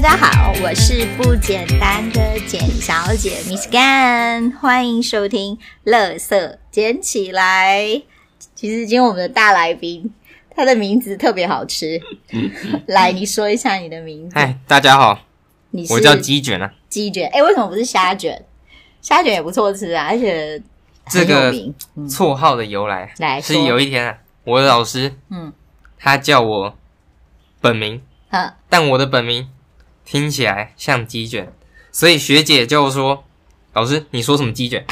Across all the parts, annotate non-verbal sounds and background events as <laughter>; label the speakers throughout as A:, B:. A: 家好，我是不简单的简小姐 Miss Gan，欢迎收听《乐色捡起来》。其实今天我们的大来宾，他的名字特别好吃。来，你说一下你的名字。
B: 嗯嗨，哎大家好，
A: 你是
B: 我叫鸡卷啊。
A: 鸡卷，哎、为什么不是虾卷？虾卷也不错吃啊，而且
B: 这
A: 很
B: 个
A: 有名。嗯
B: 绰号的由来
A: 来
B: 是
A: 说
B: 有一天啊，我的老师
A: 嗯，
B: 他叫我本名，
A: 好，
B: 但我的本名听起来像鸡卷，所以学姐就说：“老师，你说什么鸡卷？”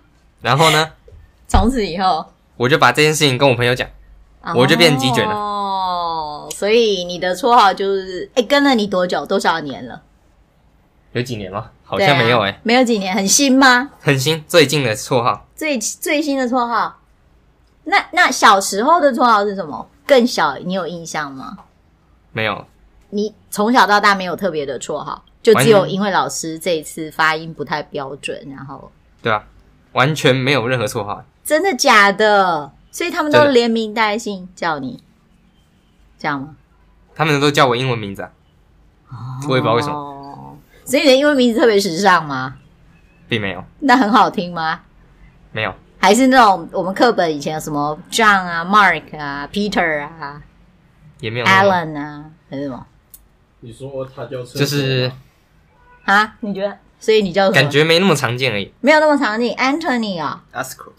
B: <laughs> 然后呢，
A: 从此以后。
B: 我就把这件事情跟我朋友讲，我就变鸡卷了
A: 哦，所以你的绰号就是哎、跟了你多久多少年了？
B: 有几年了，好
A: 好
B: 像没有哎、
A: 啊，没有几年，很新吗？
B: 很新最近的绰号
A: 最最新的绰号？那那小时候的绰号是什么？更小，你有印象吗？
B: 没有，
A: 你从小到大没有特别的绰号，就
B: 完
A: 只
B: 全
A: 有因为老师这一次发音不太标准，然后
B: 对吧、完全没有任何绰号，
A: 真的假的？所以他们都
B: 真的
A: 连名带姓叫你，这样吗？
B: 他们都叫我英文名字、啊，我也不知道为什么，
A: 么。哦所以你的英文名字特别时尚吗？
B: 并没有，
A: 那很好听吗？
B: 没有，
A: 还是那种我们课本以前有什么 John 啊、Mark 啊、Peter 啊、
B: 也没有那么
A: Alan 啊，还是什么
C: 你说他叫厕所吗
B: 就是
A: 啊？你觉得？所以你叫什么？
B: <laughs> 感觉没那么常见而已，
A: 没有那么常见。Anthony
B: <laughs>
A: 啊、
D: Asco，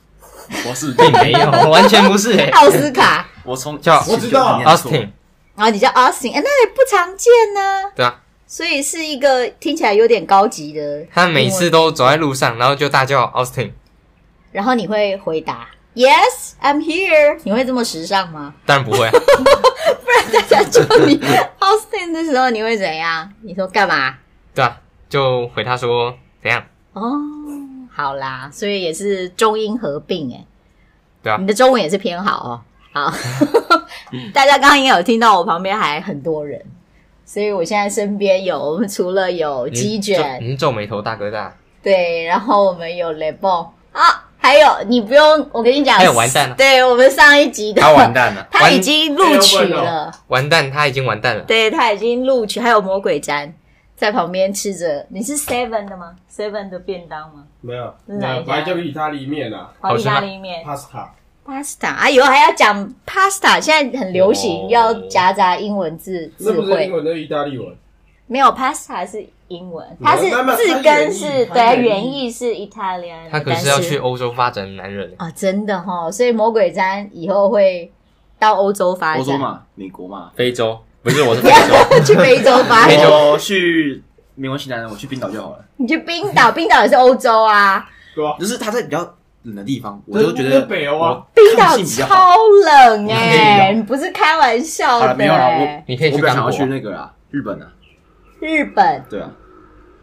D: 我是
B: 并没有， <laughs> 完全不是、欸。
A: 奥斯卡，
D: 我从
B: 叫
C: 我知道啊
B: Austin，
A: 然后你叫 Austin，哎、那也不常见呢、
B: 对啊，
A: 所以是一个听起来有点高级的。
B: 他每次，都走在路上，然后就大叫 Austin，
A: 然后你会回答 Yes, I'm here。你会这么时尚吗？ <laughs>
B: 当然不会啊，
A: 大家叫你 Austin 的时候，你会怎样？你说干嘛？
B: 对啊，就回他说怎样，
A: 哦，好啦，所以也是中英合并哎、
B: 对啊嗯
A: 你的中文也是偏好哦。好， <laughs> 大家刚刚应该有听到我旁边还很多人，所以我现在身边有我们除了有
B: 你
A: 鸡卷，
B: 你皱眉头大哥大，
A: 对，然后我们有雷蹦啊，还有你不用，我跟你讲，
B: 还有完蛋了
A: 对我们上一集的
B: 他完，蛋了，
A: 他
B: 完
A: 已经录取
C: 哎要问
A: 了，
B: 完蛋，他已经完蛋了，
A: 对他已经录取，还有魔鬼毡在旁边吃着，你是 Seven 的吗？Seven 的便当吗？
C: 没有，
A: 是哪一家
C: 没有反正就是意大利面啊
A: 哦，
B: 好
A: 意
B: 吃吗
A: 大利面。
C: ，pasta。
A: pasta 啊，有还要讲 pasta，现在很流行、
B: 哦
A: 要夹杂英文字
C: 那
A: 字
C: 不是英
A: 汇，
C: 文，那是意大利文。
A: 没有 pasta 是英文，它是
C: 那那
A: 字
C: 它
A: 根
C: 原意
A: 是
C: 它
A: 对
C: 原意
A: 原意是 Italian，
B: 他可
A: 但
B: 是
A: 是
B: 要去欧洲发展的男人，
A: 啊，真的哈、哦，所以魔鬼毡以后会到欧洲发展，
D: 欧洲嘛，美国嘛，
B: 非洲不是我是
A: 不
B: 非
A: 要
B: 洲，
A: <laughs> 去非洲发
B: 非
A: 展
B: 洲，
D: 我去美国西南，我去冰岛就好了。
A: 你去冰岛，冰岛也是欧洲啊，
C: 对啊，
D: 就是他在比较冷的地方，我就觉
C: 那
D: 得
C: 那北欧啊
A: 冰岛
D: 我抗性比较好。
A: 超冷哎、
B: 我
A: 你不是开玩笑
D: 好
A: 的、
D: 了没有啦
A: 欸，
B: 你可以
D: 我
B: 去
D: 本
B: 干
D: 来想
B: 活，
D: 要去那个啊，日本啊，
A: 日本、
D: 对啊，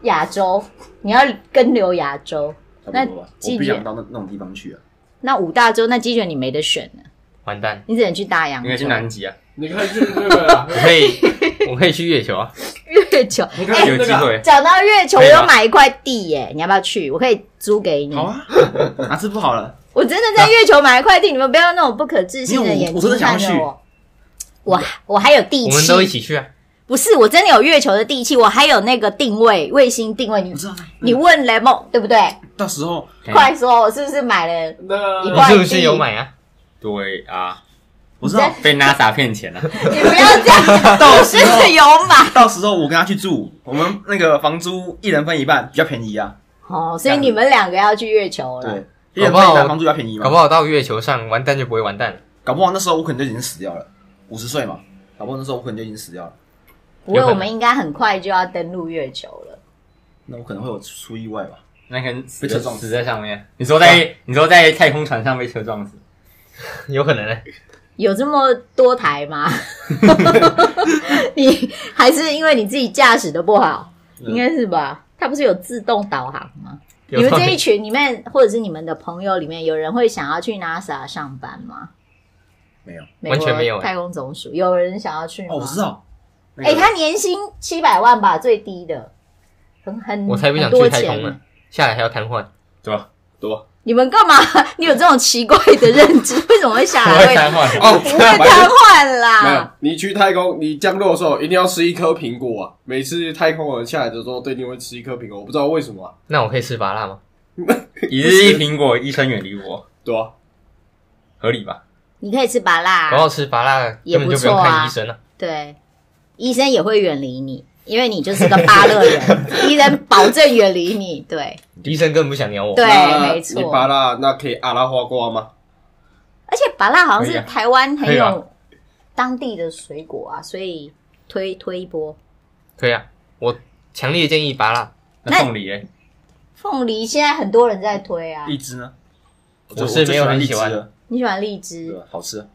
A: 亚洲，你要跟留亚洲。
D: 差
A: 那
D: 不多吧。
A: 季
D: 我不
A: 节
D: 想到那那种地方去啊。
A: 那五大洲，那鸡卷你没得选呢，
B: <laughs> 完蛋，
A: 你只能去大洋
B: 你可以去
A: 洲、
B: 南极啊，
C: 你可以去那个啊，
B: 我可以，我可以去月球啊，
A: <laughs> 月球。
C: 你可以去
B: <laughs> 有
C: 那
B: 机
C: 个啊。
B: 会，
A: 讲到月球，我
B: 可以吗
A: 有买一块地耶，你要不要去？我可以租给你。
D: 好 <laughs> 啊，哪次不好
A: <laughs>
D: 了？
A: 我真的在月球买一块地，你们不要那种不可置信
D: 没
A: 的
D: 有我
A: 眼
D: 我真
A: 睛
D: 的想
A: 看
D: 要
A: 着
D: 去
A: 我。我我还有地
B: 我们都一
A: 气，
B: 起去啊，
A: 不是我真的有月球的地气，我还有那个定位卫星定位。你
D: 我知道，
A: 你
D: 那个
A: 问雷梦对不对？
D: 到时候
B: 嗯
A: 快说，我是不是买了？
C: 那
A: 一
B: 你
A: 块
B: 是不是有买啊？
E: 对啊，
D: 我知道，
E: 被 NASA 骗钱了、啊，
A: 你不要这样，我真 <laughs> 的有
D: <laughs>
A: 买
D: 到时候我跟他去住，我们那个房租一人分一半，比较便宜啊。
A: 哦。所以你们两个要去月球了
D: 对。，一
B: 搞
D: 人分一
B: 不好
D: 半，房租比较便宜嘛
B: 搞不。好到月球上完蛋就不会完蛋了。
D: 搞不好那时候我可能就已经死掉了，五十岁嘛，搞不好那时候我可能就已经死掉了，
A: 不会，
B: 有可
A: 我
B: 能
A: 们应该很快就要登陆月球了。
D: 那我可能会有出意外吧。
E: 那可能死
D: 被车撞死
E: 死在上面。你说在你说在太空船上被车撞死，
B: 啊 <laughs> 有可能呢、
A: 有这么多台
D: <laughs>
A: 吗？你还是因为你自己驾驶的不好，
D: 嗯
A: 应该是吧？它不是有自动导航吗？
B: 有
A: 你们
B: 道理
A: 这一群里面，或者是你们的朋友里面，有人会想要去 NASA 上班吗？
D: 没有
A: 美国
B: 完全没有欸
A: 太空总署有人想要去吗？
D: 哦，我知。道，那个
A: 哎、他年薪七百万吧，最低的，很很
B: 我才不想
A: 很多
B: 去太
A: 钱啊
B: 空呢、下来还要瘫痪。
E: 对吧？
C: 多
A: 你们干嘛？ <laughs> 你有这种奇怪的认
B: <laughs>
A: 知，为什么会下
E: 我
A: 来
E: 会
A: 会
E: 瘫痪。
B: 哦，
A: 哎不会瘫痪
C: 没有
A: 啦？，
C: 你去太空，你降落的时候一定要吃一颗苹果啊！每次太空人下来的时候，都一定会吃一颗苹果，我不知道为什么啊。
B: <laughs> 那我可以吃麻辣吗？
E: 一日一苹果，医生远离我，
C: 对啊，
E: 合理吧？
A: 你可以吃芭辣
B: 我
A: 啊，
B: 要吃麻辣，
A: 也
B: 根
A: 不
B: 本
A: 错
B: 就不用
A: 啊
B: 看医生了。
A: 对，医生也会远离你，因为你就是个芭乐人，医生保证远离你。对，
B: 医生根本不想鸟我。
A: 对
C: 那
A: 没错
C: 你拔啦，那可以阿拉花瓜吗？
A: 而且芭辣好像
E: 可以
A: 是
E: 啊
A: 台湾
E: 可
A: 很
E: 以啊
A: 有当地的水果啊，所以推推一波。
B: 可以啊，我强烈建议麻辣。
E: 那凤梨哎，
A: 凤梨现在很多人在推啊，
D: 荔枝呢？
B: 我是没有很喜欢
D: 的，
A: 你喜欢荔
D: 对啊
A: 枝？
D: 吧？好吃，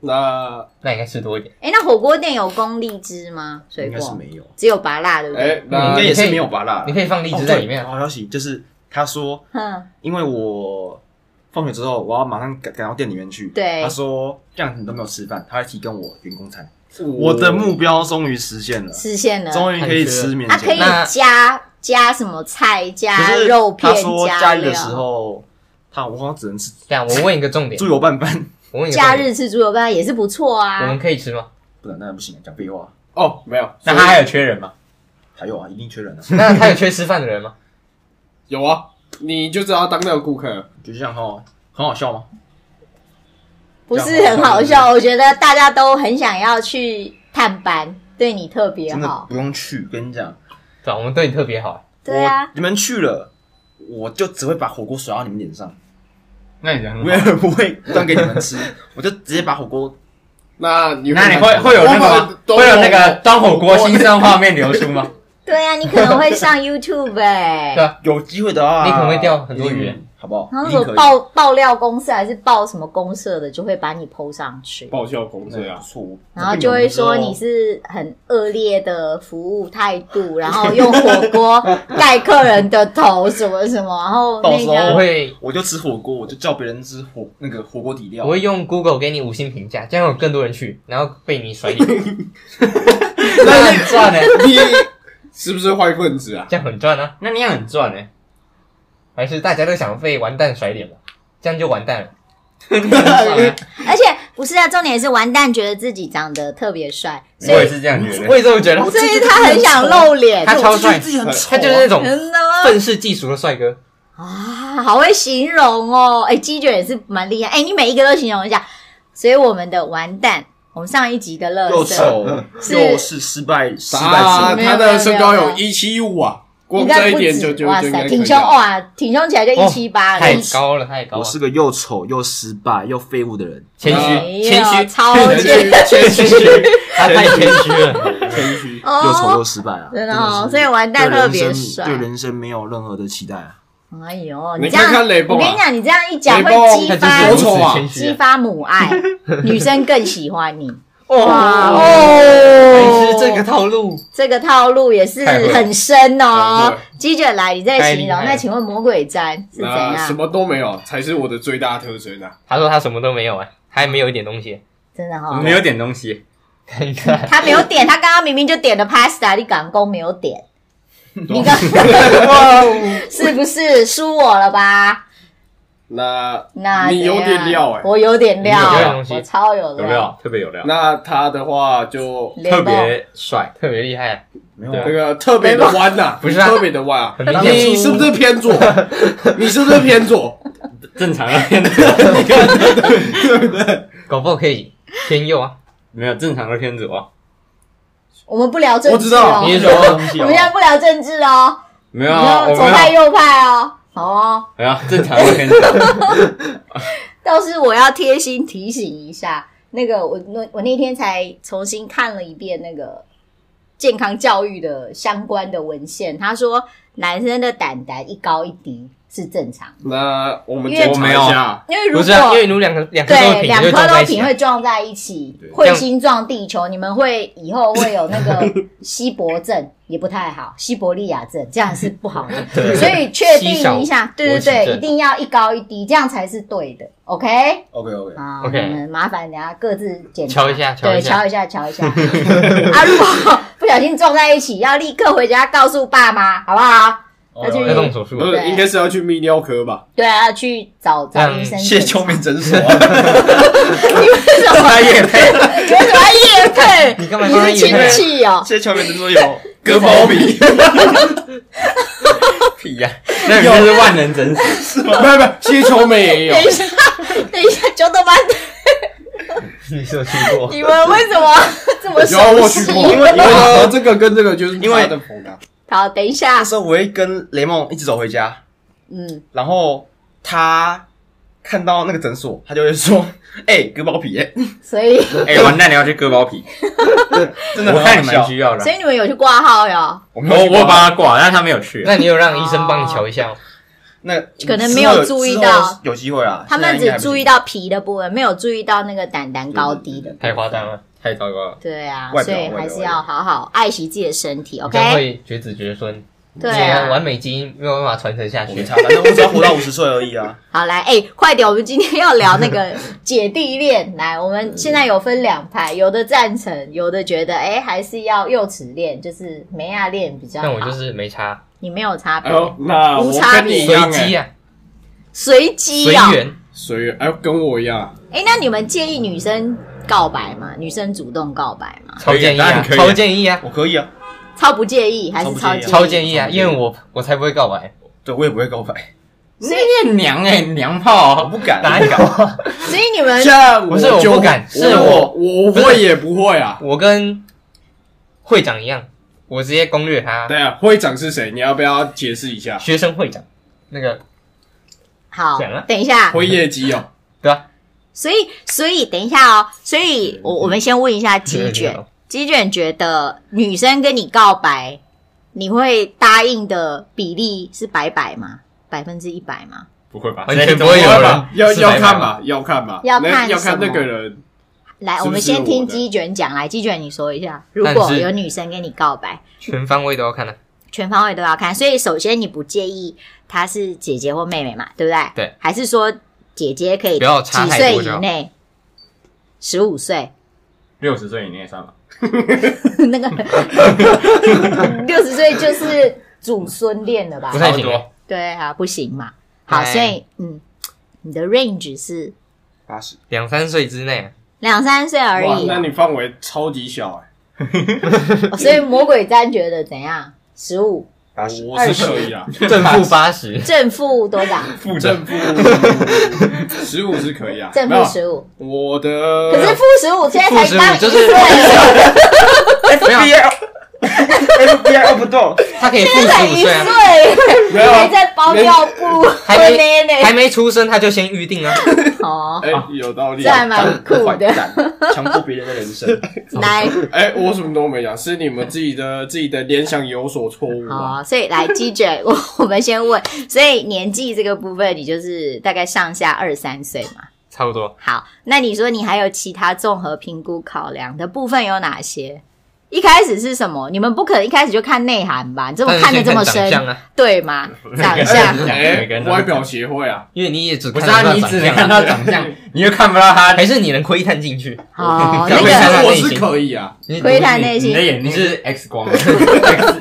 C: 那
B: 那你应该吃多一点。
A: 哎，那火锅店有供荔枝吗？水
D: 应该是
A: 果
D: 没有。
A: 只有芭辣，对不
C: 哎、
A: 对？
D: 应
C: 那
D: 该
B: 嗯
D: 也是没有吧啦。
B: 你可以放荔枝在里面啊
D: 哦对好消息就是，他说，
A: 哼，
D: 因为我放学之后，我要马上赶赶到店里面去。
A: 对
D: 他说这样你都没有吃饭，他会提供我员工餐。
C: 我
D: 我的目标终于实现了，
A: 实现了。
D: 终于可以吃免
A: 啊，可
D: 钱
A: 以。
B: 那
A: 加加什么菜，
D: 可
A: 加
D: 是
A: 肉片
D: 他，说
A: 加
D: 假日
A: 料。
D: 的时候，他我好像只能吃
B: 这样，我问一个重点
D: 猪，油拌饭。
B: 我问一个
A: 假
B: 重点，
A: 日吃猪肉拌也是不错
B: 我们
A: 啊。
B: 可以吃吗？
D: <laughs> 不能，那不行，讲废话。
C: 哦没有，
E: 那他还有缺人吗？
D: 还有啊，一定
A: <laughs>
D: 缺人啊。
B: 那他有缺吃饭的人吗？
C: 有啊，你就知道当那个顾客，
D: 就这样哈，很好笑吗？
A: 不是很好笑，我觉得大家都很想要去探班，对你特别
D: 真的
A: 好。
D: 不用去，跟你讲，
B: 对啊，我们对你特别好。
A: 对啊
D: 我，你们去了，我就只会把火锅甩到你们脸上，
E: 那你人很
D: 我
E: 好。
D: 也不会端给你
A: <laughs>
D: 们吃，我就直接把火锅
C: 那你
E: 那你会会有那个吗？会有那个端火锅新生画面流出吗？
A: 对啊，你可能会上 YouTube 哎、
B: 对啊
D: 有机会的啊，
B: 你可能会掉很多鱼
D: 一定，好不好？
A: 然后
D: 一
A: 如果
D: 定可以，
A: 爆爆料公社还是爆什么公社的，就会把你 PO 上去，
C: 爆笑公
D: 对
C: 社
D: 啊，
C: 啊
D: 不，错。我
A: 然后就会说你是很恶劣的服务态度，然后用火锅盖客人的头什么什么，然后
D: 到
A: 那
D: 时
B: 我
D: 候
A: 个
B: 会
D: 我就吃火锅，我
A: <laughs>
D: 就叫别人吃火那个火锅底料，
B: 我会用 Google 给你五星评价，这样有更多人去，然后被你甩
E: <laughs>
B: 脸，那很赚呢，
C: <laughs> 你是不是坏分子啊？
B: 这样很赚啊！
E: 那你也很赚哎，
B: 还是大家都想被完蛋甩脸吧，这样就完蛋了。
D: 啊
A: 而且不是啊，重点是完蛋，觉得自己长得特别帅，
E: 我
A: 所
E: 也
A: 以
E: 是这样觉得。
B: 我也这么觉得，
A: 所以他很想露脸，
B: 他超帅
D: 我就觉得自己很丑啊，
B: 他就是那种
A: 真的吗？
B: 愤世嫉俗的帅哥。
A: 啊，好会形容哦！哎、鸡卷也是蛮厉害。哎、你每一个都形容一下。所以我们的完蛋，我们上一集的乐
D: 又
A: 色，
D: 丑
A: 是
D: 又是失败失败
C: 啊，
D: 者，
A: 没有
C: 他的身高
A: 没有
C: 有
A: 没
C: 一七五啊，
A: 应
C: 光
A: 该不
C: 这一点
A: 止
C: 就就
A: 哇
C: 就应
A: 塞，
C: 该
A: 挺啊
C: 可以
A: 胸
C: 了
A: 哇，挺胸起来就一七
E: 啊
A: 八了，
B: 哦太高了，太高
D: 我
B: 了！
D: 是个又丑又失败又废物的人，
B: 谦
A: 没有
B: 虚，谦虚，
A: 超
B: 谦
A: 级
B: 虚，谦虚，他太谦虚了。
C: 谦虚。
D: 又丑
A: 哦，
D: 又失败啊！
A: 真的哦，
D: 真
A: 所
D: 的
A: 以
D: 是
A: 完蛋
D: 对
A: 特
D: 人
A: 别
D: 生
A: 帅。
D: 对人生没有任何的期待啊！
A: 哎呦，
C: 你
A: 这样，
C: 看看雷
A: 我
C: 梦啊
A: 跟你讲，你这样一讲
C: 雷
A: 会
C: 梦
A: 激
B: 他
C: <laughs>
A: 发
B: 就是如
C: 我丑
B: 此
C: 啊
B: 谦虚
A: 激
B: 啊。
A: 发母爱，女生更喜欢
C: <laughs>
A: 你。哇
B: 哇
A: 哦
C: 哎
B: 还是这个套路，
A: 这个套路也是
E: 太会了
A: 很深
C: 太会
A: 哦
C: 了。
A: 鸡卷来，你再形容
B: 太厉害。了
A: 那请问魔鬼毡是怎
C: 那什
A: 样？
C: 么都没有，才是我的最大特征啊！
B: 他说他什么都没有啊，还没有一点东西。
A: 真的
E: 我
A: 哈
E: 们，啊有点东西，
B: 看一看，
A: 他没有点，他刚刚明明就点了 pasta，你港工没有点，你刚是不是输我了吧？
C: 那
A: 那
C: 你有
A: 怎样
C: 点料哎
A: 我有点料
E: 你有
B: 料东，西
A: 我超有
E: 有料，特别有料，
C: 那他的话就
A: 雷
E: 特
A: 梦
E: 别帅。
B: 特别厉害啊，
D: 没有
C: 那
D: 啊，
C: 个特别的弯呐，
B: 不是啊
C: 特别的弯啊！
B: 很明显
C: 你是不是偏左？你是不是偏左？
E: 正常的 <laughs> 片子，
B: 搞不好可以偏右啊。
E: 没有正常的片子哦，
A: 我们不聊政
C: 我
A: 治
C: 知
A: 哦
C: 道，
B: 你是
A: <laughs> 我
B: 说
D: 东西
A: 们现在不聊政治哦，
E: 没
A: 你
E: 有啊，
A: 要
E: 我
A: 左派
E: 没有，
A: 右派哦，好哦。
E: 没有啊正常的 <laughs> 片子，
A: 倒是我要贴心提醒一下，那个我那我那天才重新看了一遍那个健康教育的相关的文献，他说男生的胆胆一高一低是正常，
C: 那我们
A: 因为
C: 检查一下，
A: 因为如
B: 不
A: 果
B: 是啊，因为如果两个两颗都
A: 对
B: 平，
A: 两
B: 就
A: 颗
B: 撞在
A: 都
B: 一起
A: 平
B: 啊
A: 会。撞在一起，
B: 这
A: 彗
B: 样
A: 星撞地球，你们会以后会有那个西伯症，也不太好，西伯利亚症这样是不好的，
B: <laughs> 对
A: 所以确
B: 西小
A: 定一下，对
B: 勃起
A: 对对，
B: 症
A: 一定要一高一低，这样才是对的，OK。
D: OK OK，
A: 啊
B: OK
A: 你们麻烦等下各自检查
B: 瞧一下瞧
A: 对，
B: 一下
A: 瞧一下，瞧一下。啊，如果不小心撞在一起，要立刻回家告诉爸妈，好不好？要去
B: 要动手术
C: 不，是，
A: 对
C: 应该是要去泌尿科
A: <laughs>
C: 吧？
A: 对啊，要去找找医生。<laughs>
D: 谢秋明诊所啊，
A: 为什么？
E: 他也配，
A: 你为什么要夜配？
B: 你干嘛
A: 你
B: 帮他
A: 是
B: 夜
A: 亲
B: 配
A: 戚哦、
D: <laughs> 谢秋明诊所有割包皮，
E: 屁呀，那你就是万能诊
C: <laughs>
E: 所，
C: 不不不，谢秋梅也有
A: 等一下， <laughs> 等一下，九斗班，
E: 你是有去过？
A: <laughs> 你们为什么这么
C: 有啊，
A: 熟
C: 我去
A: 悉？
C: 过，因为呢，这个跟这个就是
D: 因为
C: 他的缝的，
A: 好，等一下
D: <laughs> 那，时候我会跟雷梦一起走回家，
A: 嗯，
D: 然后他看到那个诊所，他就会说：“哎、割包皮、欸，
A: 所以
E: 哎，完蛋，你要去割包皮，
D: 真的
E: 我
D: 很
E: 看
D: 好
E: 你蛮
D: 笑。
E: 需要的
A: 所。以你们有去挂号哟？
D: 我没
E: 我
D: 有去
E: 我有
D: 过
E: 帮他挂，但是他没有去。
B: 那你有让医生帮你瞧一下吗？
D: 那
A: 可能没有注意到，
D: 之后有机会啊。
A: 他们
D: 现
A: 只
D: 在应该还不行
A: 注意到皮的部分，没有注意到那个胆胆高低的。
B: 太夸张了，太糟糕了，
A: 对啊，
D: 外
A: 所
D: 表
A: 以还是要好好爱惜自己的身体
B: 你将
A: ，OK？
B: 会绝子绝孙，
A: 对
B: 你的完
A: 啊，
B: 美基因没有办法传承下
D: 我
B: 去
D: 没。差，反正我只要活到五十岁而已啊。
A: 好来，哎、快点，我们今天要聊那
B: <laughs>
A: 个姐弟恋。来，我们现在有分两派，有的赞成，有的觉得，哎、还是要幼齿恋，就是梅亚恋比较好。
B: 但我就是哦没差，
A: 你没有差别
C: 哎，呦，那我跟你一
B: 随
C: 样
B: 机
C: 哎，
B: 啊，
A: 随机
B: 随
A: 啊。
B: 缘。
C: 随缘，哎呦，跟我一样，
A: 哎、那你们介意女生告白吗？女生主动告白吗？
B: 超建议
E: 当然
B: 啊，
E: 可以啊
B: 超建议啊，
D: 我可以啊，
A: 超不介意还是
D: 超不介意
A: 介
D: 啊
A: 意？
B: 超建议啊，
D: 超
B: 因
D: 建议
B: 为我我才不会告白，
D: 对我也不会告白，
E: 那娘哎，娘炮
D: 我
E: 哦，
D: 不敢。
B: 哪里搞？
A: 所以你们
B: 啊
C: 像
B: 不是我
C: 就
B: 不敢是
C: 我我
B: 不是
C: 会也不会啊。
B: 我跟会长一样，我直接攻略他，
C: 对啊，会长是谁？你要不要解释一
A: <laughs>
C: 下？
B: 学生会长那个
A: 好
B: 讲啊，
A: 等一下，
C: 灰夜姬哦，
B: 对吧？
A: 所以所以等一下哦，所以我我们先问一下鸡
B: 对 <laughs>
A: 卷，鸡卷觉得女生跟你告白，你会答应的比例是百百吗？百分之一百吗？
E: 不会吧
B: 完全不会有人
C: 要
B: 是白
C: 要
B: 白
C: 看
B: 吗
C: 吧，要看吧，
A: 要
C: 那
A: 看
C: 要看
A: 什么
C: 那个人。
A: 来，
C: 是不是
A: 我们先
C: 我
A: 听
C: 的
A: 鸡卷讲。来，鸡卷你说一下，如
B: 但
A: 果
B: 是
A: 有女生跟你告白，
B: 全方位都要看的，
A: 全方位都要看。所以首先你不介意她是姐姐或妹妹嘛，对不对？
B: 对。
A: 还是说姐姐可以
B: 不要差
A: 几
B: 太
A: 岁
B: 多就
A: 以
B: 好
A: 内？十五岁， <laughs>
E: 六十岁以内算吧。
A: 那个 <laughs> 六十岁就是祖孙恋了吧
B: 不？太行
E: 差不多
B: 欸。
A: 对啊，不行嘛。好，
B: 哎
A: 所以嗯，你的 range 是
D: 八十，
B: 两三岁之内啊，
A: 两三岁而
C: 哇
A: 已，
C: 那
A: 啊、
C: 你范围超级小哎，
A: 哦所以魔鬼战觉得怎样？十五
D: 八十，
C: 我是可以啊，
B: <laughs> 正负
A: <laughs>
B: 八十，
A: 正负多少？
B: <laughs>
E: 负
C: 正 <laughs> 负十五是可以啊，
A: 正
C: 没有
A: 负十五，
C: 我的
A: 可是负十五现在
B: 啊负
A: 才
B: 十
A: 刚
B: 五
A: 一
B: 就是
A: 岁而已。
B: 没有，啊
D: FBI
A: <laughs>
D: 不动，
B: 他可以负
A: 现在才
B: 十五
A: 一
B: 岁啊，
A: 岁，
C: 哦没有啊
A: 还在包尿布，
B: 还
A: 喝
B: 没
A: 奶奶
B: 还没出生他就先预定啊，
A: 哦，
C: 哎，有道理
A: 这。还蛮酷
D: 坏
A: 的。
D: 蛋，强迫别人的人
A: <laughs>
D: 生。
A: 来，
C: 哎，我什么都没讲，是你们自己的自己的联想有所错误
A: 好
C: 啊。
A: 啊，所以来鸡卷，我我们先问，所以年纪这个部分，你就是大概上下二三岁嘛。
B: <laughs> 差不多。
A: 好，那你说你还有其他综合评估考量的部分有哪些？一开始是什么？你们不可能一开始就看内涵吧？你这么
B: 但是
A: 看的
B: 先
A: 这么
B: 长相
A: 深，
B: 啊，
A: 对
B: <laughs>
A: 吗？长
E: 哎
A: 相，
C: 哎，外表协会啊，
B: 因为你也只
E: 不
B: 看
E: 是
B: 得到
E: 啊，你
B: 长
E: 只
B: 相
E: 能
B: 啊
E: 看到长 <laughs> 相，你又看不到他。
B: 还是你能窥探进去？
A: 好，那
B: 刚刚
A: 个
C: 可是我是可以啊，
E: 你
A: <laughs> 窥探内心
E: 你的眼睛 <laughs> 是 X 光，X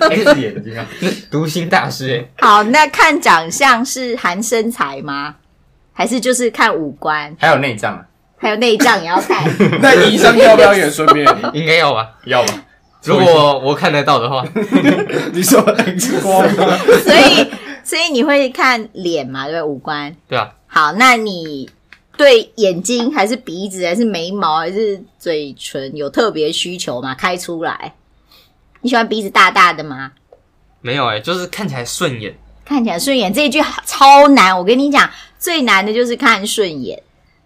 E: X 眼睛啊，
B: 读心大师欸，
A: 好，那看长相是含身材吗？还是就是看五官，
E: 还有内脏啊，
A: 还有内脏也要
B: <laughs>
A: 看？
C: 那医生要不要也顺
A: <laughs>
C: 便？
B: 应该要吧？
E: 要吧？
B: 如果我看得到的话， <laughs>
C: 你说 X 光吗？
A: 所以，所以你会看脸嘛？对不对？五官。
B: 对啊，
A: 好，那你对眼睛还是鼻子还是眉毛还是嘴唇有特别需求吗？开出来，你喜欢鼻子大大的吗？
B: 没有哎，就是看起来顺眼，
A: 看起来顺眼这一句好超难，我跟你讲，最难的就是看顺眼，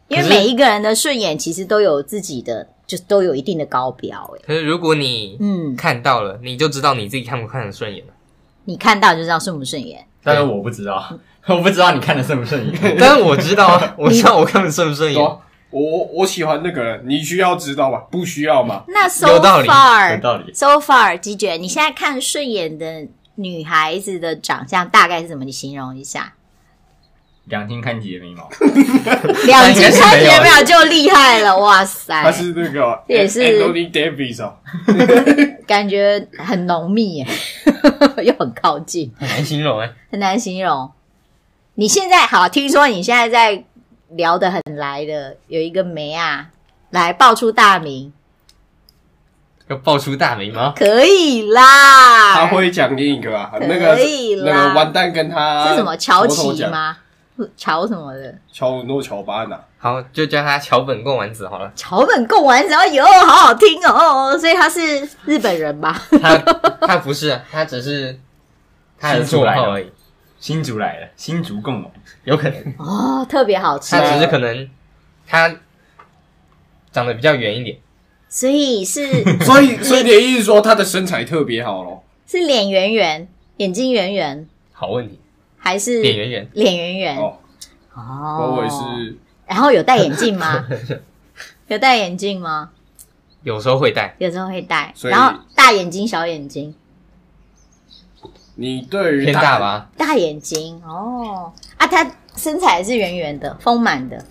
A: 因为
B: 可是
A: 每一个人的顺眼其实都有自己的，就都有一定的高标、欸。
B: 可是如果你
A: 嗯，
B: 看到了，你就知道你自己看不看得顺眼 <laughs> 了。
A: 你看到就知道顺不顺眼。
E: 但是我不知道， <laughs> 我不知道你看的顺不顺眼。
B: 但是我知道 <laughs> 啊，我知道我看不顺不顺眼， <laughs>
C: 说我我喜欢那个人，你需要知道吗？不需要吗？
A: 那 so
B: 有道理
A: far
E: 有道理
A: so far，鸡卷，你现在看顺眼的女孩子的长相大概是什么？你形容一下。
E: 两天看几的眉毛，
A: 两斤三绝秒就厉害了，哇塞！
C: 他是那个
A: 哎
C: 啊
A: 也是
C: Anthony Davis 哦，
A: 感觉很浓密耶， <laughs> 又很靠近，
E: 很难形
B: 欸
E: 容哎、
A: 很难形容。你现在好，听说你现在在聊得很来的，有一个梅啊，来报出大名，
E: 要爆出大名吗？
A: 可以啦。
C: 他会讲另一个啊，那个
A: 可以啦
C: 那个完蛋跟他
A: 是什么乔
C: 头头
A: 奇
C: 讲？
A: 吗？乔什么的？
C: 乔诺乔巴
B: <laughs>
C: 纳，
B: 好，就叫他桥本贡丸子好了。
A: 桥本贡丸子，哎呦，好好听哦！所以他是日本人吧？
B: 他他不是，他只是他的
E: 新出
B: 绰
E: 来的
B: 号而已。
E: 新竹来了，新竹共王，有可能。
A: 哦，特别好吃
B: 他，只是可能他长得比较圆一点，
A: 所以是 <laughs>
C: 所以 <laughs> 所以你的意思说他的身材特别好咯？
A: 是脸圆圆，眼睛圆圆，
B: 好问题，
A: 还是
B: 脸圆圆，
A: 脸圆圆？
C: 哦，
A: 哦，
C: 我以为。是
A: 然后有戴眼镜
C: <laughs>
A: 吗？有戴眼镜吗？
B: 有时候会戴，
A: 有时候会戴，
C: 所以
A: 然后大眼睛、小眼睛，
C: 你对于
B: 偏大？吧，
A: 大眼睛哦啊，他身材是圆圆的、丰满的，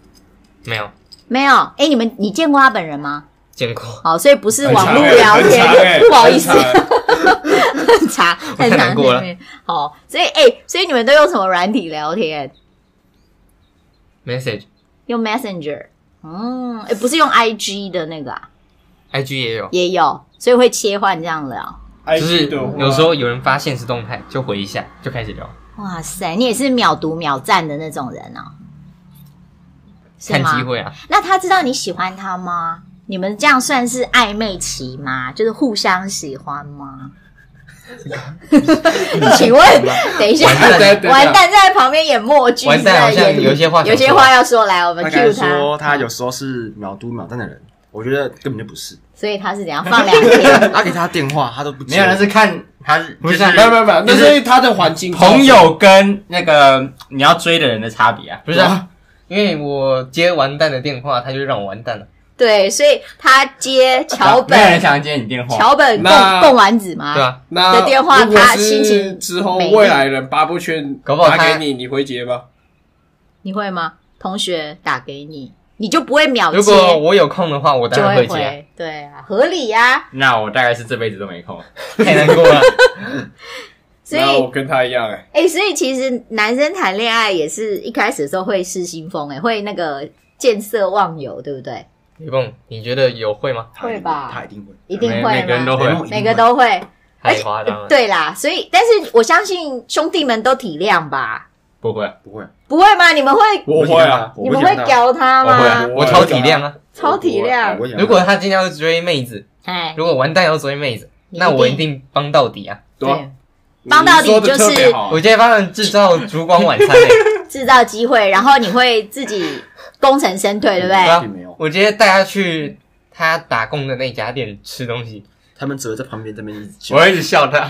B: 没有
A: 没有哎，你们你见过他本人吗？
B: 见过，
A: 哦，所以不是网络
C: 很长欸
A: 聊天
C: 很长，
A: <laughs>
C: 欸
A: 不好意思，
C: 很长
A: 很长，很
B: 太难
A: 长。
B: 过
A: <laughs>
B: 了
A: 好，所以哎、欸所以你们都用什么软体聊天？
B: message。
A: 用 Messenger？嗯，哎、不是用 IG 的那个啊，
B: I G 也有，
A: 也有，所以会切换这样啊聊。
C: 就
B: 就是有时候有人发现实动态，就回一下，就开始聊，
A: 哇塞，你也是秒读秒赞的那种人哦，是
B: 看机
A: 吗？
B: 会啊。
A: 那他知道你喜欢他吗？你们这样算是暧昧期吗？就是互相喜欢
B: <laughs>
A: 吗？请问，等一下，
B: 完蛋
C: 对对
A: 完蛋，在旁边演默剧，
B: 完蛋
A: 是在
B: 好像
A: 演
B: 有些话想
A: 有些
B: 说
A: 话要说来，我们
D: 他嗯
A: Q
D: 刚才
A: 他，
D: 说他有时候是秒读秒赞的人，我觉得根本就不是。
A: 所以他是怎样放两天？ <laughs>
D: 他给他电话，他都不接。
E: 没有，那是看他是
B: 不是
E: 就
C: 没有没有没有，那是他的环境
E: 朋友跟那个你要追的人的差别啊，
B: 不是啊，因为我接完蛋的电话，他就让我完蛋了。
A: 对，所以他接桥
E: 没有人
A: 本
E: 想接你电话，
A: 桥本贡
C: 那
A: 贡丸子吗？
B: 对啊，
C: 那
A: 的电话
C: 如果
A: 他心
C: 是
A: 情
C: 之后
A: 美丽
C: 未来人八部圈
B: 搞不好他
C: 打给你，你会接吗？
A: 你会吗？同学打给你，你就不会秒
B: 如
A: 接，
B: 果我有空的话，我当
A: 就
B: 然
A: 会
B: 会接啊。
A: 回，对啊，合理呀、
E: 那我大概是这辈子都没空，太难过了。
A: 所以
C: 然后我跟他一样，哎，
A: 哎、所以其实男生谈恋爱也是一开始的时候会失心疯，哎，会那个见色忘友，对不对？
B: 李梦，你觉得有会吗？
A: 会吧
D: 他一定会。
A: 一定会
B: 每
A: 吗？
B: 每个人都
D: 雷
B: 会，
D: 梦一定
A: 每个都会，
B: 太夸张了。
A: 对啦。所以，但是我相信兄弟们都体谅吧？
E: 不会，
B: 啊
D: 不会，啊
A: 不会吗？你们会，
C: 我会啊，
D: 我
A: 你
D: 不
A: 们
D: 会
A: 会
D: 想到
A: 屌他
B: 我会啊
A: 吗？，
B: 我超体谅啊。
A: 超体
D: 我
A: 谅
D: 不，会想到
B: 如果他今天要追妹子，
A: 哎，
B: 如果完蛋要追妹子，
A: 你
B: 那我
A: 一
B: 一定帮到底啊！
C: 对啊，
A: 对，帮到底
C: 你说得
A: 就是
C: 特别好
B: 我今天帮人制造烛光晚餐欸 <laughs>
A: 制造机会，然后你会自己功成身退，对不
B: 对
A: 对？
B: 啊
D: 并没有，
B: 我直接带他去他打工的那家店吃东西。
D: 他们只会在旁边这边一直叫
E: 我会一直笑他。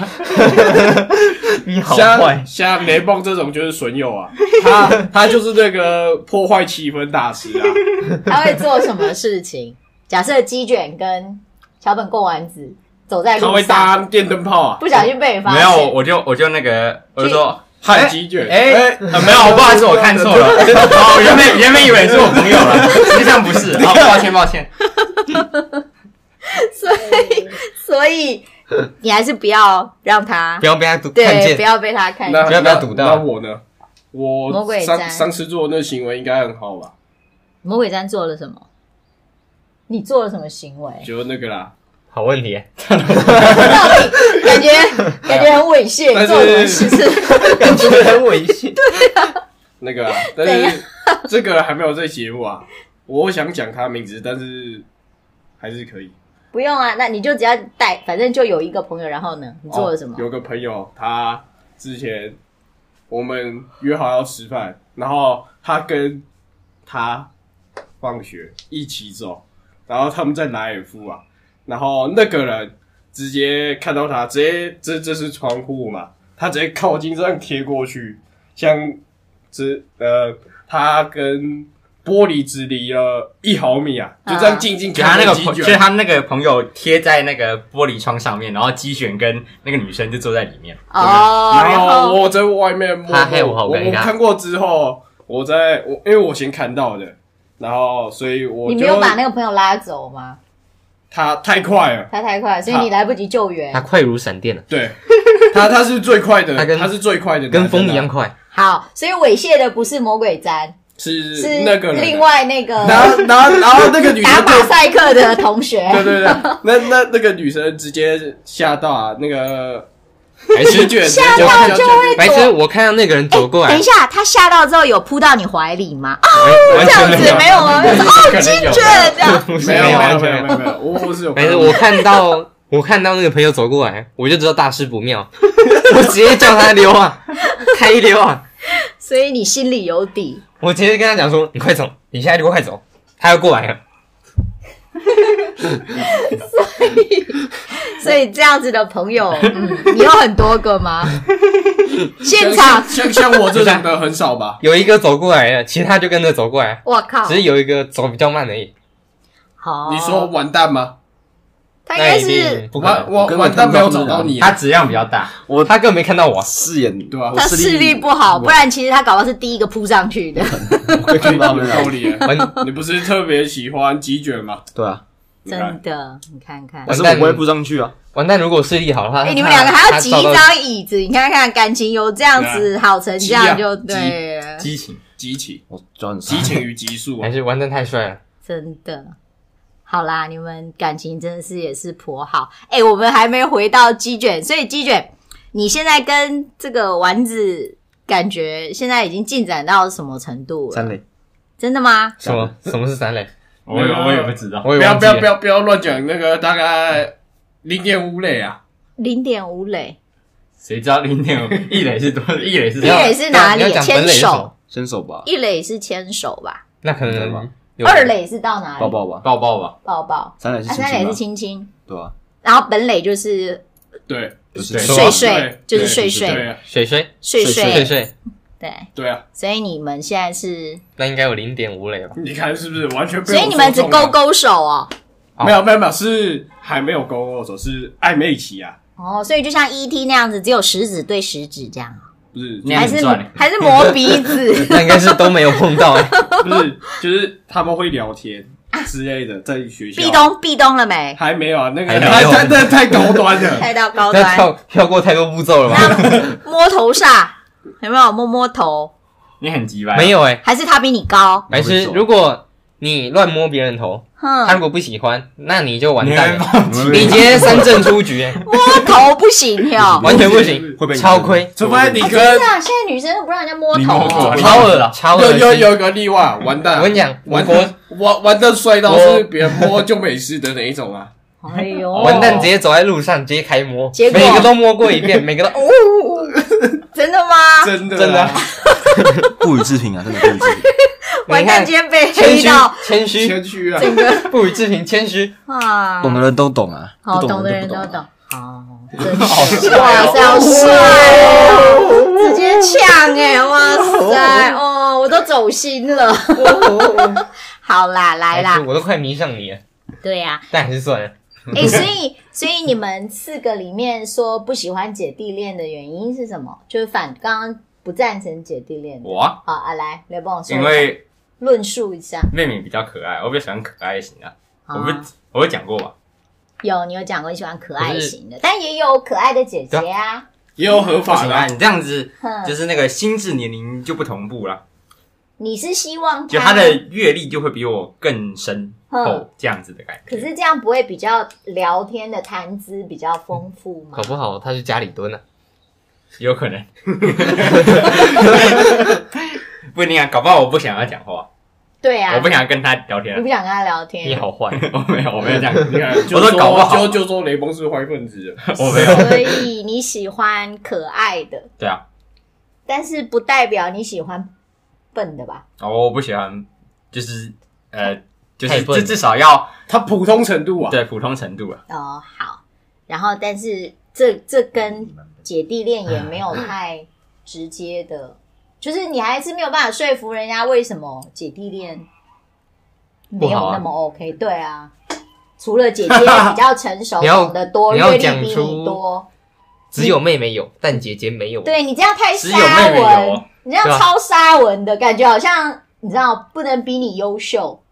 E: 你好坏
C: 像，像雷梦这种就是损友啊，
E: <laughs>
C: 他他就是那个破坏气氛大师啊，
A: <laughs> 他会做什么事情？假设鸡卷跟桥本贡丸子走
E: 哎
A: 在
C: 他
A: 路
C: 会
A: 上，
C: 搭电灯泡啊，
A: 不小心被人发
E: 没
A: 现，
E: 有，我我就我就那个，我就说，
C: 焊鸡卷，
E: 哎，啊没有，不好意思，我看错了。哦，我原本原本以为你是我朋友了，实际上不是。好，抱歉抱歉。
A: 所以 <laughs> 所以你还是不要让他
B: 不要被他读看
A: 对，
B: 见
A: 不，要被他看
C: 那
A: 见。
B: 不要不要赌
C: 那
B: 到
C: 那我呢？
A: 魔
C: 我
A: 鬼
C: 上
A: 战
C: 上次做的那行为应该很好吧？
A: 魔鬼毡做了什么？你做了什么行
C: <laughs>
A: 为？
C: 就那个啦，
B: 好问题欸。
A: <laughs> 到底感觉感觉很猥亵，
C: 但是
A: 做了什么事 <laughs> 情？
B: 感觉很猥亵。
C: 那
E: <laughs>
C: 个啦，啊但
A: 怎样
C: 是这个还没有在节目啊。我想讲他名字，但是还是可以。
A: 不用啊，那你就只要带，反正就有一个朋友。然后呢，你做了什么
C: 哦？有个朋友，他之前我们约好要吃饭，然后他跟他放学一起走，然后他们在莱尔夫啊，然后那个人直接看到他，直接这这是窗户嘛，他直接靠近这样贴过去，像这呃，他跟玻璃只离了一毫米啊，就这样静静
E: 就
C: 看
E: 他那个
C: 鸡
E: 朋，
C: 卷
E: 就是他那个朋友贴在那个玻璃窗上面，然后鸡选跟那个女生就坐在里面。
A: 哦，
C: 然
A: 然
C: 后我在外面摸，
B: 他害我好尴尬
C: 我看过之后，我在我因为我先看到的，然后所以我
A: 你没
C: 就
A: 有把那个朋友拉走吗？
C: 他太快了，
A: 他太快，所以你来不及救援
B: <laughs> 他。快如闪电啊，
C: 对他他是最快的，
B: 他
C: 他
B: 跟
C: 是最快的男生啊，
B: 跟风一样快。
A: 好，所以猥亵的不是魔鬼毡，
C: 是，
A: 是
C: 那个人
A: 另。外那个
C: 然后，然后，然后那个
A: <laughs>
C: 女
A: 打
C: 生
A: 马
C: 就，
A: 赛克的同学。
C: 对对对，那那那个女生直接吓到啊，那个
B: 白痴
C: 卷
A: 吓到就会
B: 白痴，我看到那个人走过来，
A: 等一下，他吓到之后有扑到你怀里吗？啊，
B: 完
A: 这样
B: 全
A: 子
B: 没有，
A: 没有吗？哦，
E: 可能有
A: 这样
C: <laughs> 没有没有
B: 完
C: 没有
B: 全
C: 没有没有，我我是有看
B: 没事，
C: 到，
B: 我看到我看到那个朋友走过来，我就知道大事不妙， <laughs> 我直接叫他溜啊，开溜啊！
A: 所以你心里有底。
B: 我直接跟他讲说：“你快走，你现在就快走，他要过来了。
A: 所以这样子的朋友，嗯，你有很多个吗？现场
C: 像，像像我这种的很少吧”，
B: 有一个走过来了，其他就跟着走过来，
A: 我靠
B: 只，是有一个走比较慢而已。
A: 好，
C: 你说完蛋吗？
A: 他应
B: 那
A: 该
B: 一定
A: 是
B: 不可
C: 完
B: 能，
C: 完完蛋没有找到你啊，
E: 他质量比较大，
B: 我他根本没看到我，
D: 饰演
C: 对吧
D: 我
A: 他视力不好，不然其实他搞不好是第一个扑上去的，
D: 会看到
C: 有
D: 的
C: 道理啊。
B: 完 <laughs>
C: 你不是特别喜欢鸡卷吗？
D: 对啊，
C: 你看
A: 真的，你看看。
D: 可是我不会扑上去啊，
B: 完蛋！如果视力好的话，
A: 哎、你们两个还要挤
B: 他
A: 一
B: 照到
A: 张椅子，你看看感情有这样子好成这样
C: 挤啊
A: 就对了，
E: 激情。
C: 激情，
D: 我抓
B: <laughs>
D: 很
C: 激情与激素啊
B: 还，是完蛋太帅了。
A: 真的。好啦，你们感情真的是也是颇好。哎、我们还没回到鸡卷，所以鸡卷，你现在跟这个丸子感觉现在已经进展到什么程度了？
D: 三垒，
A: 真的吗？
B: 什么？什么是三垒？
E: 我
A: 嗯
E: 也我也不知道，
B: 我
C: 啊不
B: 也
C: 要
B: 忘
C: 不
B: 记
C: 要不
B: 了。
C: 要不要乱讲那个大概零点五垒啊，
A: 零点五垒，
E: 谁知道零点五 <laughs> 一垒是多，一垒是
A: 一垒是哪里
B: 你要讲本垒是什
A: 牵
B: 么
A: 手？
D: 先手吧，
A: 一垒是牵手吧，
B: 那可
D: 对
B: 能
C: 嗯
D: 吧
B: 有
A: 二垒是到哪里？
D: 抱抱吧，
E: 抱抱吧，
A: 抱抱
D: 三垒是
A: 啊，
D: 亲亲吧
A: 三垒是亲亲，
D: 对吧？
A: 然后本垒就是
C: 对
D: 不是
E: 对
D: 手
A: 睡
D: 啊
A: 睡
C: 对，
A: 就是睡
D: 对对
A: 睡
C: 对啊
B: 水水
A: 睡
D: 睡
B: 水
A: 睡，
B: 水，
A: 对。
C: 对啊，
A: 所以你们现在是，
B: 那应该有零点五垒
A: <laughs>
B: 吧？
C: 你看是不是完全被
A: 所
C: 我
A: 以你们只
C: 说中了
A: 勾勾手哦，
C: 没有没有没有，是还没有勾勾手，是暧昧期啊，
A: 哦，所以就像 E.T. 那样子，只有食指对食指这样，啊 <laughs>
C: 不是
E: 那
A: 还
E: 样
A: 是
E: 很赚欸
A: 还是磨鼻
B: <laughs>
A: 子
B: 那应该是都没有碰到
A: <laughs>
B: 哎。
C: 不是就是他们会聊天之类的，在学校
A: 壁咚壁咚了没？
C: 还没有啊，那
B: 还
C: 个
B: 没有
C: <laughs>
B: 哎
C: 太太太高
A: <laughs>
C: 端了，
A: 开到高
B: 那
A: 端，
B: 跳跳过太多步骤了吧？
A: 摸头煞有没有摸摸头？
E: 你很急吧？
B: 没
E: 有，
B: 有哎，
A: 还是他比你高？
B: 白痴！
D: 不会走
B: 如果你乱摸别人头，他
A: 哼，
B: 如果不喜欢，那你就完
E: 你
B: 蛋
E: 会
B: 了，
E: 放
B: 你直接三振出局哎，
A: 摸头不行
B: <laughs>
A: 哟。
B: 完全不行，
D: 会被你
B: 超亏，
C: 除非你
A: 真
C: 跟
A: 的啊，现在女生都不让人家摸
E: 你
A: 头
E: 摸过
A: 哦。
E: 你
B: 超恶
E: 了，
B: 超恶
C: 有
B: 心
C: 有，有一个例外，完蛋
B: 我跟你讲，我
C: 完
B: 国
C: 完完蛋摔到是别人摸就没事的那一种啊，
A: 哎呦，
B: 完蛋，直接走在路上直接开摸
A: 结，果
B: 每个都摸过一遍，每个都哦，
A: 真的吗？
C: <laughs> 真的啊
B: 真的啊
D: 不予置评啊，真的不予置 <laughs> 评。
A: 完蛋，今
B: 谦
A: 天被黑
B: 虚
A: 到
B: 谦虚，
C: <laughs> 谦虚啊，
A: 整个
B: 不予置评，
A: <laughs>
B: 谦虚，
A: 啊！
D: 懂的人都懂啊，
A: 好，
D: 不
A: 懂的
D: 的
A: 人
D: 就
A: 都
D: 不
A: 懂
D: 啊。。
A: 好，真是哇塞，好帅哦！直接呛哎，哇塞，哦，我都走心了。好啦，来
B: 白痴
A: 啦，
B: 哎我都快迷上你了，
A: 对
B: <laughs>
A: 呀，
B: 但还是算了，
A: 哎，所以所以你们四个里面说不喜欢姐弟恋的原因是什么？就是反刚刚不赞成姐弟恋的。
E: 我啊，
A: 好啊，来，来帮我说一
E: 因
A: 下，
E: 为
A: 论述一下。
E: 妹妹比较可爱，我比较喜欢可爱型的，我不
A: 啊
E: 我有讲过吧？
A: 有你有讲过你喜欢可爱
B: 可是
A: 型的，但也有可爱的姐姐
B: 对
A: 啊。
C: 也有合法的
E: 不行啊，
C: 啊，
E: 你这样子
A: 哼
E: 就是那个心智年龄就不同步了，
A: 你是希望
E: 就她的阅历就会比我更深厚这样子的感
A: 嗯可
E: 觉。
A: 是这样不会比较聊天的谈资比较丰富吗
B: 搞？嗯不好他去家里蹲了，
E: 有可
A: <laughs>
E: 能，不一定啊，搞不好我不想要讲话，
A: 对啊，
E: 我不想要跟她聊天
A: 你
E: 啊
A: 不。想跟他聊
B: 你
A: 天，
B: 好坏，
E: <laughs> 我没有，我没有这样， <laughs>
C: 你看，
E: 我都搞不好
C: 就说就就啊说雷蒙是坏分子，
E: 我没有。
A: 所以你喜欢可爱的，
E: 对啊，
A: 但是不代表你喜欢笨的吧？
E: 然后哦我不喜欢，就是呃，就
B: 太
E: 是
B: 笨
E: 至至少要
C: <laughs> 他普通程度啊，
E: 对普通程度啊。
A: 哦，好，然后但是这这跟姐弟恋也没有太直接的，就是你还是没有办法说服人家为什么姐弟恋没有那么 OK，对啊。除了姐姐比较成熟，
B: 你要
A: 懂得多，
B: 你
A: 阅
B: 要
A: 历
B: 讲
A: 比你
B: 出
A: 多，
B: 只有妹妹有，但姐姐没有，
A: 对你这样太
E: 只有妹
A: 沙
E: 妹有
A: 文
E: 哦，
A: 你这样超沙文的感觉，好像你知道不能比你优秀，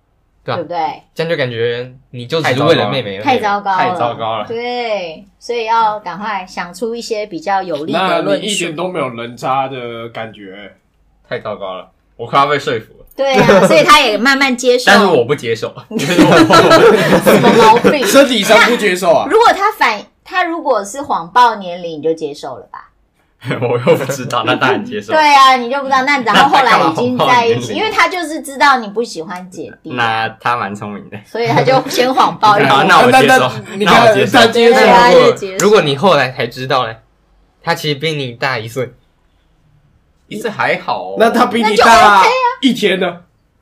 B: 对啊
A: 对不对？
B: 这样就感觉你就只是为了妹妹而已
A: 太糟糕了，
E: 太糟糕了。
A: 对，所以要赶快想出一些比较有利
C: 那
A: 的
C: 你
A: 论
C: 一点
A: 述。
C: 都没有人渣的感觉，
E: 太糟糕了，我快要被说服了，
A: 对啊，所以他也慢慢接受。
E: 但是
C: <laughs>
E: 我不接受，
A: <laughs>
E: <laughs>
A: 什么毛病？
C: 身体上不接受 <laughs> 啊。
A: 如果他反，他如果是谎报年龄，你就接受了吧？
E: 我又不知道，那当然接受
A: 对。啊，你就不知道。那然
E: <laughs>
A: 后后来已经在一起，
E: 那他干嘛谎报年龄
A: 因为他就是知道你不喜欢姐弟，
E: 那他蛮聪明的，
A: 所以他就先谎报
C: 哎
A: 年
E: 好，
A: 龄。
E: <laughs> 那我接
C: 啊那
E: 受
C: 那，你
E: 那我
C: 看
E: 接受
C: 他。接受
A: 对啊
B: 那
A: 就
B: 如
A: 接
B: 果
A: 受
B: 如果你后来才知道嘞，他其实比你大一岁，
E: 这还好哦，
C: 那啊他比
A: 那
C: 你
A: 就
C: 大
A: OK
C: 一天呢？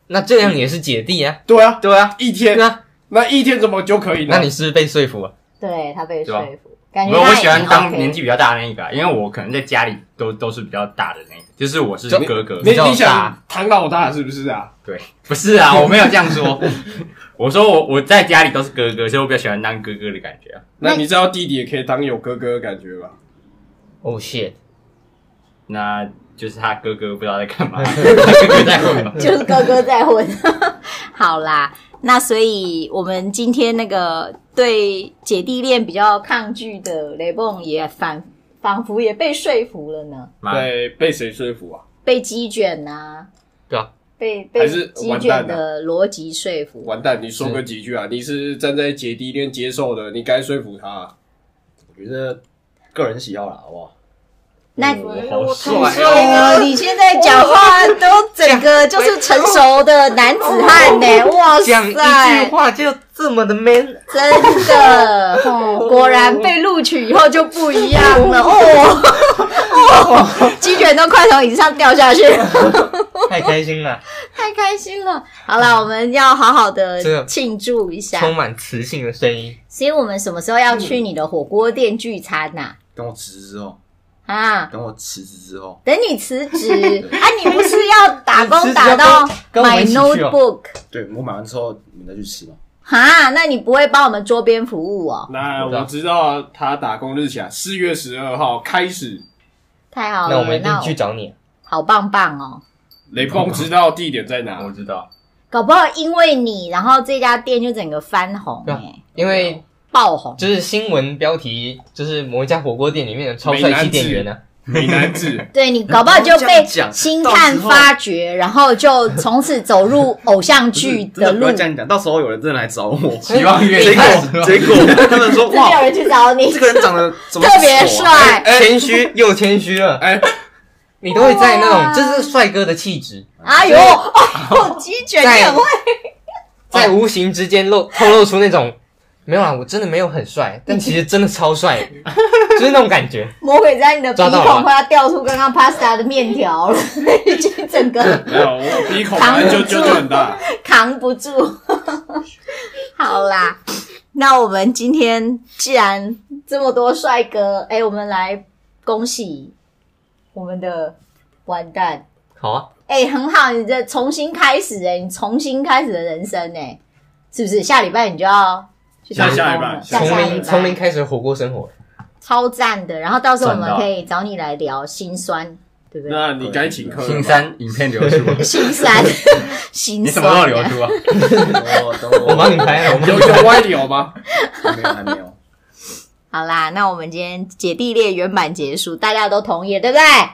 B: 那这样也是姐弟啊。
C: 对啊，
B: 对啊，
C: 一天
B: 那
C: 那一天怎么就可以呢？
B: 那你是不是被说服了？
A: 对他被说
E: 对
A: 服，感觉
E: 我
A: 他
E: 我
A: 已
E: 喜
A: 经
E: 欢当
A: OK <laughs>
E: 年纪比较大的那一个啊，因为我可能在家里都都是比较大的那一个，就是我是哥哥，
C: 你
E: 比较
C: 你
E: 大
C: 想唐老大是不是啊？
E: 对，不是啊，我没有这样说， <laughs> 我说我我在家里都是哥哥，所以我比较喜欢当哥哥的感觉啊。
C: 那你知道弟弟也可以当有哥哥的感觉吧？
B: 哦、shit！
E: 那就是他哥哥不知道在干
A: <laughs>
E: 嘛，他哥哥在混吧。
A: 就是哥哥在混。好啦，那所以我们今天那个对姐弟恋比较抗拒的雷梦也反仿佛也被说服了呢，
E: 妈
C: 对，被谁说服啊？
A: 被鸡卷呐、
B: 对啊，
A: 被
C: 还
A: 被
C: 是
A: 鸡
C: 完蛋
A: 卷
C: 啊
A: 的逻辑说服。
C: 完蛋，你说个几句啊？你是站在姐弟恋接受的，你该说服他啊。
D: 我觉得个人喜好啦，好不好？
A: 那
E: 好帅
A: 对啊你现在讲话都整个就是成熟的男子汉呢、哇
B: 哦讲一句
A: 塞，
B: 话就这么的 man，
A: 真的，哦果然被录取以后就不一样了 <laughs> 哦。哦， <laughs> 鸡卷都快从椅子上掉下去，
B: <laughs> 太开心了，
A: <laughs> 太开心了。好了，我们要好好的庆祝一下。
B: 充满磁性的声音。
A: 所以我们什么时候要去你的火锅店聚餐呐、
D: 等我辞职之后，
B: 嗯
A: 啊？
D: 等我辞职之后，
A: 等你辞
B: <laughs>
A: 职啊，你不是要打工打到
B: 跟我们
A: 买
B: 一起去哦
A: notebook
D: 对我买完之后你们再去吃嘛。
A: 啊？那你不会帮我们桌边服务哦？
C: 那我知道他打工日期啊，四月十二号开始。
A: 太好了，
B: 那我们一
A: 那
B: 定去找你。
A: 好棒棒哦！
C: 雷锋知道地点在哪
E: 我，知道，
A: 搞不好因为你，然后这家店就整个翻红、
B: 对啊
A: 哎，
B: 因为
A: 爆红。
B: 就是新闻标题，就是某一家火锅店里面的超帅气店员呢、
C: 美男
A: <laughs>
C: 子
A: 对你搞不好就被
D: 嗯这样讲
A: 星探发掘，然后就从此走入偶像剧
D: 不是
A: 的
D: 真不
A: 路
D: 要。这样讲，到时候有人真的
A: <laughs>
D: 来找我，
E: 希望越
D: 结
E: 大
D: 果结 <laughs> 果他们说
A: 真的有
D: 哇，
A: 人去找你，
D: 这个人长得怎么
A: 特别
D: 丑啊，
A: 帅
B: 谦虚又谦虚了，
C: 哎，
B: <laughs> 你都会在那种这是帅哥的气质，
A: 哎呦，哎呦，鸡卷你很会，
B: 在无形之间露透露出那种没有啦，我真的没有
A: <laughs>
B: 很帅，但其实真的超帅，就是那种感觉。
A: 魔鬼在你的鼻
B: 抓到了
A: 孔快要掉出刚刚 pasta 的面条了， <laughs> 已经整个
C: 没有，我鼻孔本来就就就很大。
A: 扛不住。 <laughs> 好啦，那我们今天既然这么多帅哥，哎、我们来恭喜我们的完蛋。
B: 好啊，
A: 哎、很好，你这重新开始哎、你重新开始的人生哎、是不是？下礼拜你就要去打
C: 下
A: 工
C: 下礼
A: 了，
C: 拜
A: 下
B: 从
A: 下礼
B: 零
A: 拜
B: 从零开始火锅生活，
A: 超赞的。然后到时候我们
E: 赚到
A: 可以找你来聊心酸，对不对？
C: 那你该请客
E: 新
C: 了。
E: 三影片流出啊，
A: 心酸，心
E: 你什么时候
A: 酸
E: 流出啊？
D: 等我等我，
B: 我帮你拍啊了，我
C: 有
B: 们
C: 有歪理吗？
D: 还没有还没有，
A: 好啦，那我们今天姐弟恋圆满结束，大家都同意了，对不对？
C: 嗯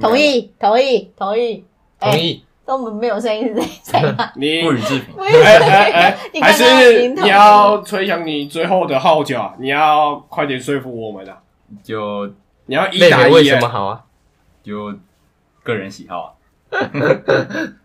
A: 同意，同意，同意，
B: 同
A: 哎。
B: 意。
A: 那我们没有声音是谁？谁吗
C: 你
E: <laughs> 不予置评。
A: 我以为
C: <laughs> 哎哎哎，
A: <laughs> 你
C: 还
A: 刚刚已
C: 是
A: 经同
C: 你
A: 意
C: 要吹响你最后的号角，啊你要快点说服我们啊！
E: 就
C: 你要一
B: 妹
C: 打
B: 妹
C: 一。
B: 为什么好啊？
E: 就个人喜好啊，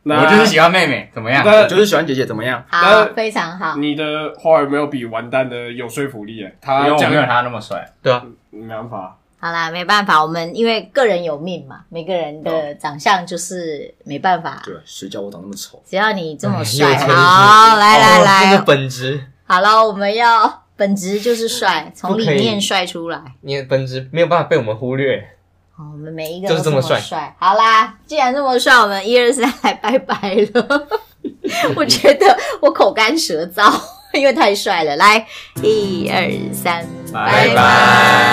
C: 那
E: 我就是喜欢妹妹，怎么样？
D: 我
C: 那
D: 就是喜欢姐姐，怎么样？
A: 好，非常好。
C: 呃你的话有没有比完蛋的有说服力欸？他
E: 因为我
C: 讲
E: 没有他那么帅，
B: 对啊，
C: 没办法，
A: 好啦，没办法，我们因为个人有命嘛，每个人的长相就是没办法。
D: 对，谁叫我长那么丑？
A: 只要你这么
B: 哎
A: 帅，
B: 又谦虚
A: 好，来来
B: 哦这
A: 来
C: 哦
B: 个，本质，
A: 好了，我们要本质就是帅，从里
B: 不可以
A: 面帅出来。
B: 你的本质没有办法被我们忽略。
A: 哦我们每一个
B: 就
A: 都
B: 是
A: 这
B: 这
A: 么
B: 么
A: 帅。
B: 帅
A: 好啦，既然这么帅，我们一二三来拜拜了。 <laughs> 我觉得我口干舌燥，因为太帅了。来，一二三，
E: 拜
A: 拜